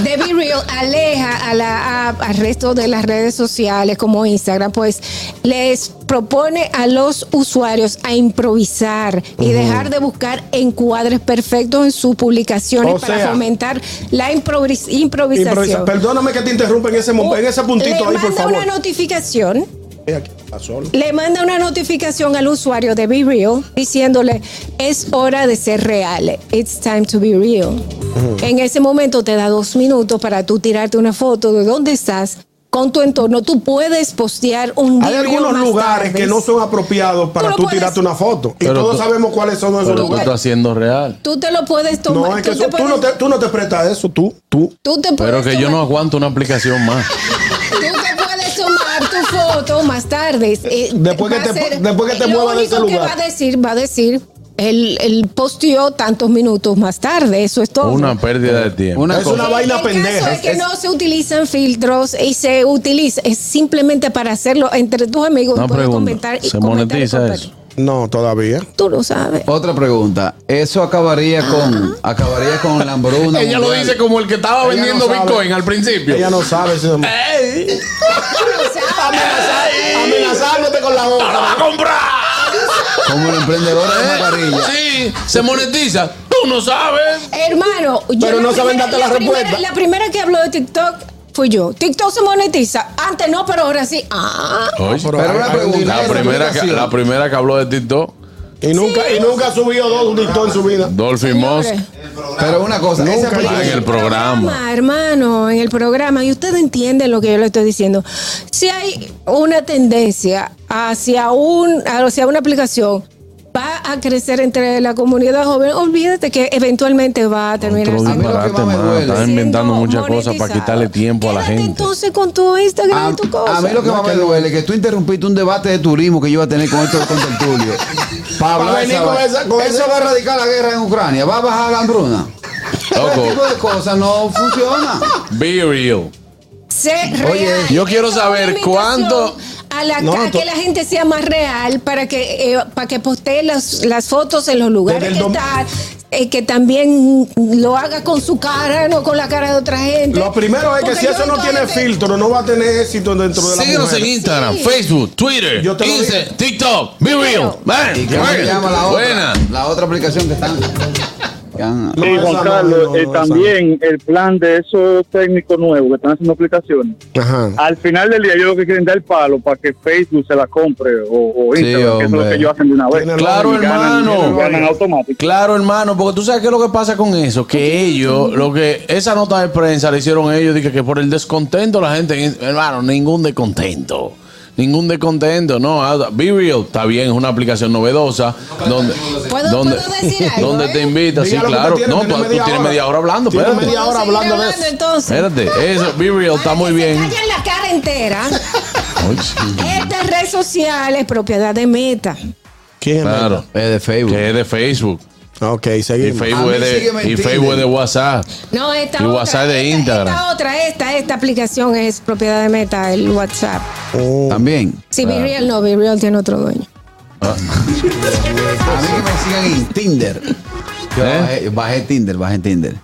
Speaker 9: de Be Real aleja a la, a- al resto de las redes sociales como Instagram, pues les propone a los usuarios a improvisar y dejar de buscar encuadres perfectos en sus publicaciones
Speaker 3: O
Speaker 9: para
Speaker 3: sea,
Speaker 9: fomentar la improvis-
Speaker 3: Improvisa.
Speaker 9: improvisación.
Speaker 3: Perdóname que te interrumpa en ese, mo- en ese puntito
Speaker 9: Le
Speaker 3: ahí, por
Speaker 9: manda
Speaker 3: favor.
Speaker 9: una notificación
Speaker 3: Eh, aquí está solo.
Speaker 9: le manda una notificación al usuario de Be Real diciéndole es hora de ser real, it's time to be real. En ese momento te da dos minutos para tú tirarte una foto de dónde estás con tu entorno. Tú puedes postear un
Speaker 3: Hay
Speaker 9: video
Speaker 3: algunos
Speaker 9: más
Speaker 3: lugares
Speaker 9: tarde.
Speaker 3: que no son apropiados para
Speaker 9: lo
Speaker 3: tú,
Speaker 9: puedes-
Speaker 3: tirarte una foto. Y
Speaker 1: Pero
Speaker 3: todos
Speaker 1: tú-
Speaker 3: sabemos cuáles son esos
Speaker 1: Pero tú
Speaker 3: lugares.
Speaker 1: estás haciendo real.
Speaker 9: Tú te lo puedes tomar.
Speaker 3: No, es que
Speaker 9: tú,
Speaker 3: eso-
Speaker 9: te
Speaker 3: tú, no
Speaker 9: puedes-
Speaker 3: te, tú no te prestas eso, tú, tú.
Speaker 9: tú te
Speaker 1: Pero
Speaker 9: puedes
Speaker 1: que yo no
Speaker 9: tomar-
Speaker 1: aguanto una aplicación más.
Speaker 9: Tú te puedes tomar tu foto más tarde. Eh,
Speaker 3: Después que
Speaker 9: va a
Speaker 3: te- después que te
Speaker 9: lo
Speaker 3: muevas de ese
Speaker 9: único que
Speaker 3: lugar.
Speaker 9: va a decir, va a decir, él, él posteó tantos minutos más tarde, eso es todo.
Speaker 1: Una pérdida de tiempo.
Speaker 2: Una
Speaker 3: es
Speaker 2: cosa-
Speaker 3: una vaina
Speaker 9: El caso
Speaker 3: pendeja.
Speaker 9: es que no se utilizan filtros y se utiliza es simplemente para hacerlo entre tus amigos.
Speaker 1: Una
Speaker 9: puedes
Speaker 1: pregunta.
Speaker 9: comentar y
Speaker 1: ¿Se
Speaker 9: comentar y
Speaker 1: monetiza
Speaker 9: comentar.
Speaker 1: eso? Oh.
Speaker 3: No, todavía.
Speaker 9: Tú lo sabes.
Speaker 2: Otra pregunta. Eso acabaría con acabaría con la hambruna.
Speaker 1: Ella lo
Speaker 2: mundial.
Speaker 1: dice como el que estaba
Speaker 3: Ella
Speaker 1: vendiendo
Speaker 3: no sabe.
Speaker 1: Bitcoin al principio.
Speaker 3: Ella no sabe si Amenazándote con la boca.
Speaker 9: Ah.
Speaker 1: ¡La va a comprar!
Speaker 2: como la emprendedora de
Speaker 1: ¿Eh?
Speaker 2: Macarilla.
Speaker 1: Sí, se monetiza. Tú no sabes.
Speaker 9: Hermano, yo
Speaker 3: Pero no saben darte la
Speaker 9: primera-
Speaker 3: respuesta.
Speaker 9: la primera que habló de TikTok fui yo. TikTok se monetiza. Antes no, pero ahora sí. Ah.
Speaker 2: pero una pregunta,
Speaker 1: la
Speaker 2: esa
Speaker 1: primera, que,
Speaker 2: aplicación.
Speaker 1: la primera que habló de TikTok,
Speaker 3: Y nunca, y nunca ha subido dos dictos en su vida.
Speaker 1: Dolphin Moss,
Speaker 9: Señores,
Speaker 2: Pero una cosa, esa
Speaker 3: Nunca
Speaker 2: aplicación-
Speaker 1: en el programa.
Speaker 9: programa, hermano, en el programa, y usted entiende lo que yo le estoy diciendo. Si hay una tendencia hacia, un, hacia una aplicación, va a crecer entre la comunidad joven, olvídate que eventualmente va a terminar
Speaker 1: Otro
Speaker 9: siendo-
Speaker 2: disparate,
Speaker 1: disparate,
Speaker 2: Lo que más me
Speaker 1: mano.
Speaker 2: duele.
Speaker 1: Están inventando muchas cosas para
Speaker 9: monetizado.
Speaker 1: quitarle tiempo a la
Speaker 9: Quédate
Speaker 1: gente.
Speaker 9: entonces con tu Instagram
Speaker 2: A,
Speaker 9: y tu cosa.
Speaker 2: Ah, a mí lo que más me duele es que tú interrumpiste un debate de turismo que yo iba a tener con estos contertulios. Para hablar
Speaker 3: venir
Speaker 2: esa
Speaker 3: con
Speaker 2: vaina.
Speaker 3: esa- con
Speaker 2: Eso
Speaker 3: esa-
Speaker 2: va a erradicar la guerra en Ucrania. Va a bajar la hambruna. Ese tipo
Speaker 1: Loco,
Speaker 2: de cosas no funciona.
Speaker 1: be real.
Speaker 9: Sé
Speaker 2: Oye,
Speaker 9: real.
Speaker 1: yo quiero
Speaker 9: Es una
Speaker 1: saber
Speaker 9: invitación
Speaker 1: cuánto-
Speaker 9: A, la,
Speaker 3: No,
Speaker 9: a
Speaker 3: to-
Speaker 9: que la gente sea más real para que, eh, para que postee las, las fotos en los lugares
Speaker 3: Desde
Speaker 9: que
Speaker 3: el dom-
Speaker 9: está. eh, que también lo haga con su cara, no con la cara de otra gente.
Speaker 3: Lo primero es que
Speaker 9: Porque
Speaker 3: si
Speaker 9: yo
Speaker 3: eso no
Speaker 9: estoy-
Speaker 3: tiene filtro, no va a tener éxito dentro de la
Speaker 1: Síguenos en
Speaker 3: mujer.
Speaker 1: Instagram,
Speaker 9: Sí.
Speaker 1: Facebook, Twitter,
Speaker 3: Yo te lo
Speaker 1: Instagram, TikTok, Be Real. Man,
Speaker 2: ¿Y cómo se
Speaker 1: man.
Speaker 2: llama la otra?
Speaker 1: Buena.
Speaker 2: La otra aplicación que están. que han-
Speaker 6: Sí,
Speaker 3: No,
Speaker 6: Juan
Speaker 3: esa no,
Speaker 6: Carlos,
Speaker 3: no,
Speaker 6: eh,
Speaker 3: no, esa
Speaker 6: también el plan de esos técnicos nuevos que están haciendo aplicaciones.
Speaker 3: Ajá.
Speaker 1: Ah,
Speaker 6: Al final del día, yo lo que quieren dar palo para que Facebook se la compre o, o
Speaker 2: Sí,
Speaker 6: Instagram, que eso es lo
Speaker 2: hombre.
Speaker 6: que ellos hacen de una vez.
Speaker 3: Tiene
Speaker 1: Claro,
Speaker 6: Y ganan-
Speaker 1: hermano.
Speaker 6: Ganan automático.
Speaker 1: Claro, hermano, porque tú sabes qué es lo que pasa con eso, que ellos, lo que esa nota de prensa le hicieron ellos, dije que por el descontento la gente, hermano, ningún descontento. Ningún descontento, no. ah, Be Real está bien, es una aplicación novedosa. Donde,
Speaker 9: ¿Puedo-
Speaker 1: donde,
Speaker 9: puedo decir algo,
Speaker 1: donde
Speaker 9: eh?
Speaker 1: te invitas, sí,
Speaker 3: Diga lo que
Speaker 1: claro.
Speaker 3: usted tiene,
Speaker 1: no,
Speaker 3: tiene
Speaker 1: tú, tú
Speaker 3: media
Speaker 1: tienes
Speaker 3: hora.
Speaker 1: media hora hablando,
Speaker 3: Tiene
Speaker 1: espérate.
Speaker 3: media hora
Speaker 9: Seguir
Speaker 3: hablando de eso.
Speaker 9: entonces.
Speaker 1: Espérate, eso, Be Real está
Speaker 9: Para
Speaker 1: muy
Speaker 9: que se
Speaker 1: bien.
Speaker 9: callen la cara entera.
Speaker 1: Ay, sí,
Speaker 9: Esta red social es propiedad de Meta.
Speaker 3: ¿Quién es
Speaker 1: Claro,
Speaker 2: Es de Facebook.
Speaker 1: que es de Facebook.
Speaker 3: Meta? Ok,
Speaker 1: Y
Speaker 3: seguimos.
Speaker 1: Facebook,
Speaker 2: mí
Speaker 1: es
Speaker 2: sigue
Speaker 1: de, y
Speaker 2: mentira.
Speaker 1: Facebook es de WhatsApp.
Speaker 9: No, esta
Speaker 1: Y
Speaker 9: otra.
Speaker 1: WhatsApp de
Speaker 9: esta-
Speaker 1: Instagram.
Speaker 9: Esta otra, esta, esta aplicación es propiedad de Meta, el WhatsApp.
Speaker 2: También.
Speaker 9: Si Be Real no, Be Real tiene otro dueño.
Speaker 2: A mí que me sigan en Tinder. Yo
Speaker 1: ¿Eh?
Speaker 2: bajé, bajé Tinder, bajé Tinder.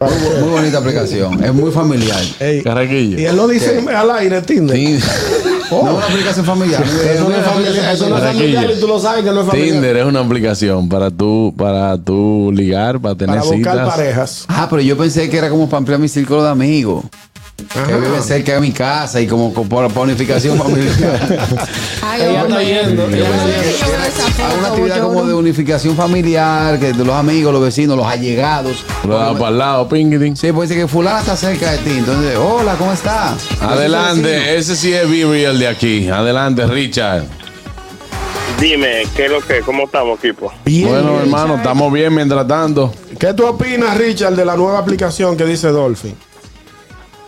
Speaker 2: Muy, bu- muy bonita aplicación. Es muy familiar.
Speaker 3: Ey, Y
Speaker 1: Carraquillo.
Speaker 3: él lo dice al aire, Tinder.
Speaker 2: No es una aplicación familiar.
Speaker 3: Eso no es familiar, eso no es familiar y tú lo sabes que no es familiar.
Speaker 1: Tinder es una aplicación para tú, para tú ligar, para tener
Speaker 3: Para buscar
Speaker 1: citas.
Speaker 3: parejas.
Speaker 2: Ah, pero yo pensé que era como para ampliar mi círculo de amigos.
Speaker 9: Ah.
Speaker 2: Que viven cerca de mi casa y como con- por, por unificación familiar.
Speaker 9: Ay,
Speaker 3: Ella
Speaker 9: hombre.
Speaker 3: está yendo. ella
Speaker 9: Ay, yo
Speaker 3: está yendo.
Speaker 9: veo esa foto,
Speaker 2: Alguna actividad
Speaker 9: yo
Speaker 2: como
Speaker 9: no-
Speaker 2: de unificación familiar, que de los amigos, los vecinos, los allegados.
Speaker 1: Lo da para el lado, pinguitín.
Speaker 2: Sí, pues dice que fulana está cerca de ti. Entonces, hola, ¿cómo estás?
Speaker 1: Adelante, ese sí es Be Real de aquí. Adelante, Richard.
Speaker 8: Dime, ¿qué es lo que? ¿Cómo estamos, equipo?
Speaker 3: Bien,
Speaker 1: bueno,
Speaker 3: bien.
Speaker 1: hermano, estamos bien mientras tanto.
Speaker 3: ¿Qué tú opinas, Richard, de la nueva aplicación que dice Dolphin?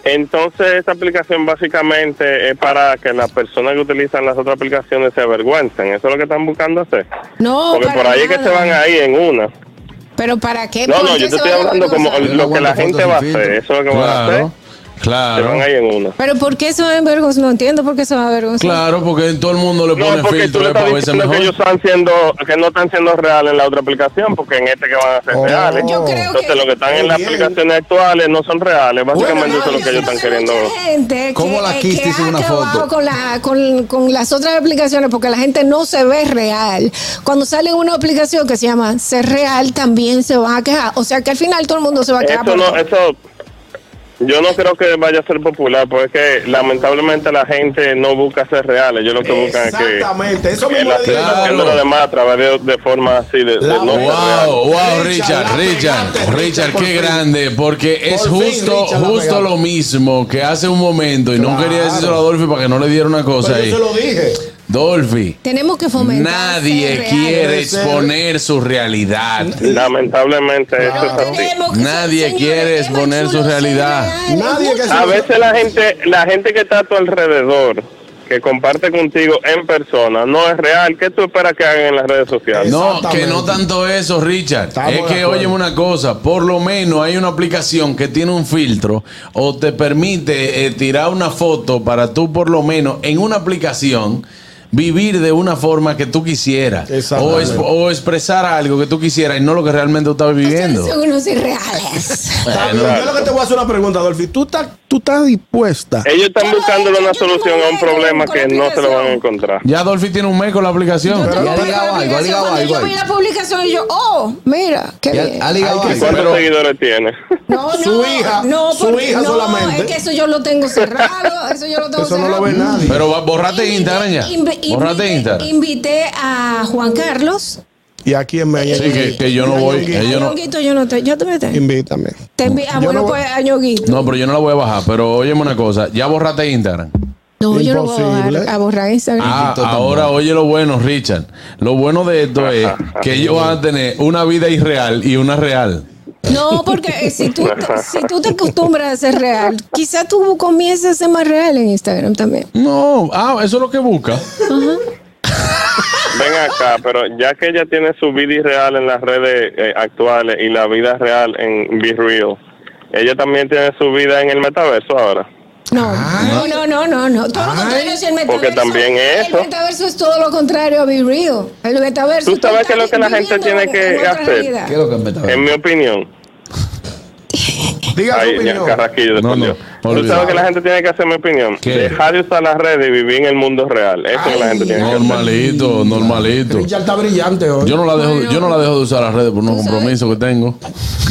Speaker 8: Entonces, esta aplicación básicamente es para que las personas que utilizan las otras aplicaciones se avergüencen. Eso es lo que están buscando hacer.
Speaker 9: No,
Speaker 8: Porque
Speaker 9: Oh, para
Speaker 8: por ahí es que
Speaker 9: nada.
Speaker 8: se van ahí en una.
Speaker 9: Pero para qué?
Speaker 8: No,
Speaker 9: ¿Por
Speaker 8: no,
Speaker 9: qué
Speaker 8: yo te
Speaker 9: se
Speaker 8: estoy
Speaker 9: van a
Speaker 8: hablando como
Speaker 9: avergonzar?
Speaker 2: Yo no
Speaker 8: lo que la
Speaker 2: aguanto
Speaker 8: gente
Speaker 2: fotos
Speaker 8: va a
Speaker 2: sin
Speaker 8: hacer.
Speaker 2: filtro.
Speaker 8: Eso es lo que van a hacer.
Speaker 1: Claro,
Speaker 8: Se van ahí
Speaker 1: claro.
Speaker 8: en una.
Speaker 9: Pero ¿por qué se van a avergonzar? No entiendo por qué se van a avergonzar.
Speaker 1: Claro, porque todo el mundo le
Speaker 8: No,
Speaker 1: pone
Speaker 8: porque tú
Speaker 1: filtro
Speaker 8: le
Speaker 1: eh, para
Speaker 8: estás
Speaker 1: verse
Speaker 8: diciendo que ellos
Speaker 1: mejor.
Speaker 8: están siendo, que no están siendo reales en la otra aplicación, porque en este que van a ser
Speaker 3: Oh.
Speaker 8: reales.
Speaker 9: Yo creo
Speaker 8: Entonces,
Speaker 9: que-
Speaker 8: los que están en las
Speaker 3: Bien.
Speaker 8: aplicaciones actuales no son reales. Básicamente,
Speaker 3: Bueno,
Speaker 8: eso es lo que ellos
Speaker 9: Yo
Speaker 8: están
Speaker 9: sé de
Speaker 8: queriendo.
Speaker 9: mucha gente que-
Speaker 2: ¿Cómo la
Speaker 9: que
Speaker 2: Kisti hizo
Speaker 9: ha
Speaker 2: una
Speaker 9: acabado
Speaker 2: foto?
Speaker 9: Con, la- con- con las otras aplicaciones, porque la gente no se ve real. Cuando sale una aplicación que se llama Ser Real, también se van a quejar. O sea que al final todo el mundo se va a quejar.
Speaker 8: Eso
Speaker 9: por
Speaker 8: no,
Speaker 9: todo.
Speaker 8: eso. Yo no creo que vaya a ser popular, porque es que lamentablemente la gente no busca ser real. Ellos lo que buscan es que.
Speaker 3: Exactamente, eso
Speaker 8: que
Speaker 3: mismo
Speaker 8: la
Speaker 3: le digo.
Speaker 1: Claro.
Speaker 8: haciendo lo demás a través de, de forma así de, de
Speaker 3: La-
Speaker 8: no ser real.
Speaker 1: Wow, wow, Richard,
Speaker 3: Richard, la
Speaker 1: Richard,
Speaker 3: pegaste,
Speaker 1: Richard,
Speaker 3: Richard, por
Speaker 1: qué
Speaker 3: fin.
Speaker 1: grande, porque es
Speaker 3: Por fin,
Speaker 1: justo,
Speaker 3: Richard, la
Speaker 1: justo
Speaker 3: pegaste.
Speaker 1: lo mismo que hace un momento y no
Speaker 3: Claro.
Speaker 1: quería decirlo a Dolphy para que no le diera una cosa
Speaker 3: Pero
Speaker 1: ahí.
Speaker 3: yo se lo dije.
Speaker 1: Dolphy,
Speaker 9: Tenemos que fomentar. ser
Speaker 1: nadie
Speaker 9: real.
Speaker 1: quiere
Speaker 3: Debe ser-
Speaker 1: exponer su realidad.
Speaker 8: Lamentablemente
Speaker 9: Pero
Speaker 8: eso es así.
Speaker 9: tenemos que-
Speaker 1: Nadie
Speaker 9: señores,
Speaker 1: quiere
Speaker 9: es más
Speaker 1: exponer su
Speaker 9: chulo ser
Speaker 1: realidad.
Speaker 9: real.
Speaker 3: Nadie que
Speaker 8: A veces la gente, la gente que está a tu alrededor que comparte contigo en persona no es real, ¿qué tú esperas que hagan en las redes sociales?
Speaker 1: No, que no tanto eso, Richard. es
Speaker 8: de
Speaker 1: que,
Speaker 8: acuerdo.
Speaker 1: óyeme una cosa, por lo menos hay una aplicación que tiene un filtro o te permite eh, tirar una foto para tú, por lo menos, en una aplicación, vivir de una forma que tú quisieras. O,
Speaker 3: Exactamente.
Speaker 1: es- o expresar algo que tú quisieras y no lo que realmente tú estás viviendo.
Speaker 9: Son unos irreales.
Speaker 3: Está bien,
Speaker 1: Bueno.
Speaker 3: Yo lo que te voy a hacer una pregunta, Dolphy. ¿Tú estás, tú estás dispuesta?
Speaker 8: Ellos están buscándole una solución a un problema que no se lo van a encontrar.
Speaker 1: Ya Dolphy tiene un mes con la aplicación.
Speaker 8: Yo también
Speaker 1: Ya
Speaker 8: con la
Speaker 1: ligado algo, ya ligado
Speaker 9: Cuando
Speaker 1: algo
Speaker 9: yo
Speaker 1: ahí.
Speaker 9: vi la publicación y yo, oh, mira, qué bien.
Speaker 8: ¿Cuántos seguidores tiene?
Speaker 9: No, no,
Speaker 3: Su hija,
Speaker 9: no,
Speaker 3: su
Speaker 9: porque-
Speaker 3: hija
Speaker 9: no,
Speaker 3: solamente.
Speaker 9: Es que eso yo lo tengo cerrado, eso yo lo tengo
Speaker 1: Eso no
Speaker 9: cerrado.
Speaker 1: lo ve nadie. Pero va- borrate Instagram ya.
Speaker 9: Invi-
Speaker 1: Borrate
Speaker 9: invité,
Speaker 1: Instagram.
Speaker 9: invité a Juan Carlos.
Speaker 3: Y aquí en Medellín.
Speaker 1: Sí, que- que yo no voy, que yo no-
Speaker 9: Ñonguito, yo no te, yo te metí.
Speaker 3: Invítame.
Speaker 9: Te envi- ah, bueno, pues a Ñonguito.
Speaker 1: No, pero yo no la voy a bajar. Pero óyeme una cosa, ya borrate Instagram.
Speaker 9: No, yo no voy a borrar, a borrar Instagram.
Speaker 1: Ah, ahora oye lo bueno, Richard. Lo bueno de esto es que ellos van a tener una vida irreal y una real.
Speaker 9: No, porque eh, si tú, si tú te acostumbras a ser real, quizás tú comiences a ser más real en Instagram también.
Speaker 1: No, ah, eso es lo que busca.
Speaker 8: Ven acá, pero ya que ella tiene su vida irreal en las redes eh, actuales y la vida real en Be Real, ella también tiene su vida en el metaverso ahora.
Speaker 9: No,
Speaker 1: Ah.
Speaker 9: no, no, no, no, no. Todo lo contrario, si el metaverso.
Speaker 8: Porque también es eso.
Speaker 9: El metaverso es todo lo contrario a Be Real. El metaverso.
Speaker 8: ¿Tú sabes qué es lo que la gente tiene que
Speaker 9: otra
Speaker 8: hacer?
Speaker 9: realidad.
Speaker 2: Ah.
Speaker 8: En mi opinión.
Speaker 3: Diga
Speaker 8: Ay, ña- Carrasquillo respondió. ¿Tú
Speaker 1: olvidado.
Speaker 8: sabes que la gente tiene que hacer mi opinión? Dejar de usar las redes y vivir en el mundo real. Eso es lo que la gente tiene que hacer.
Speaker 1: Normalito, normalito.
Speaker 3: Richard está brillante hoy.
Speaker 1: Yo no la dejo, yo no la dejo de usar las redes por unos compromisos que tengo.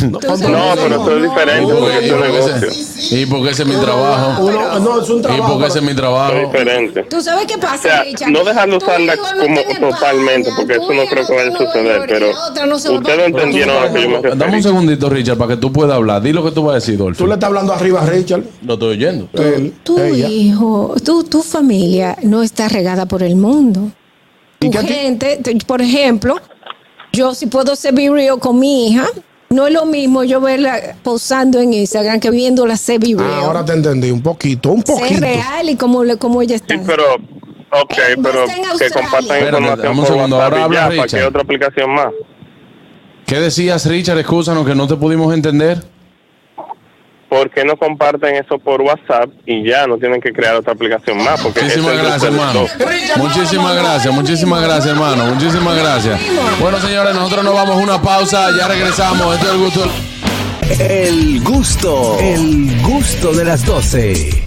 Speaker 1: No,
Speaker 8: No, pero eso es diferente porque es un negocio.
Speaker 1: Y porque ese es mi trabajo.
Speaker 3: Uno- no, es un
Speaker 1: Y
Speaker 3: trabajo.
Speaker 1: porque ese es mi trabajo.
Speaker 8: Es diferente.
Speaker 9: Tú sabes qué pasa,
Speaker 8: O sea,
Speaker 9: Richard.
Speaker 8: no dejar de usarla como totalmente, porque eso no creo que vaya a suceder, pero
Speaker 9: otra no se va a
Speaker 8: ustedes entendieron a lo que yo me refiero.
Speaker 1: Dame un segundito, Richard, para que tú puedas hablar. Di lo que tú vas a decir,
Speaker 3: Tú
Speaker 1: Dolphy.
Speaker 3: le estás hablando arriba a Richard.
Speaker 1: Lo estoy oyendo.
Speaker 3: Eh,
Speaker 9: Tu hijo, tu, tu familia no está regada por el mundo. Tu gente, te- por ejemplo, yo si puedo ser be real con mi hija, no es lo mismo yo verla posando en Instagram que viéndola ser be real.
Speaker 3: Ah, Ahora te entendí un poquito, un
Speaker 9: ser
Speaker 3: poquito.
Speaker 9: real y como, le- como ella está.
Speaker 8: Sí, pero, ok, pero
Speaker 9: en
Speaker 8: que
Speaker 9: Australia.
Speaker 8: compartan
Speaker 1: Espérate,
Speaker 8: información
Speaker 1: dame un
Speaker 8: por
Speaker 1: segundo,
Speaker 8: WhatsApp
Speaker 1: ahora
Speaker 8: y
Speaker 1: habla
Speaker 8: ya, para
Speaker 1: Richard.
Speaker 8: que otra aplicación más.
Speaker 1: ¿Qué decías, Richard? Excúsanos que no te pudimos entender.
Speaker 8: ¿Por qué no comparten eso por WhatsApp y ya no tienen que crear otra aplicación más? Porque
Speaker 1: Muchísimas gracias, hermano. Muchísimas gracias, muchísimas gracias, hermano. Muchísimas gracias. Bueno, señores, nosotros nos vamos a una pausa. Ya regresamos. Esto es el gusto.
Speaker 11: El gusto, el gusto de las 12.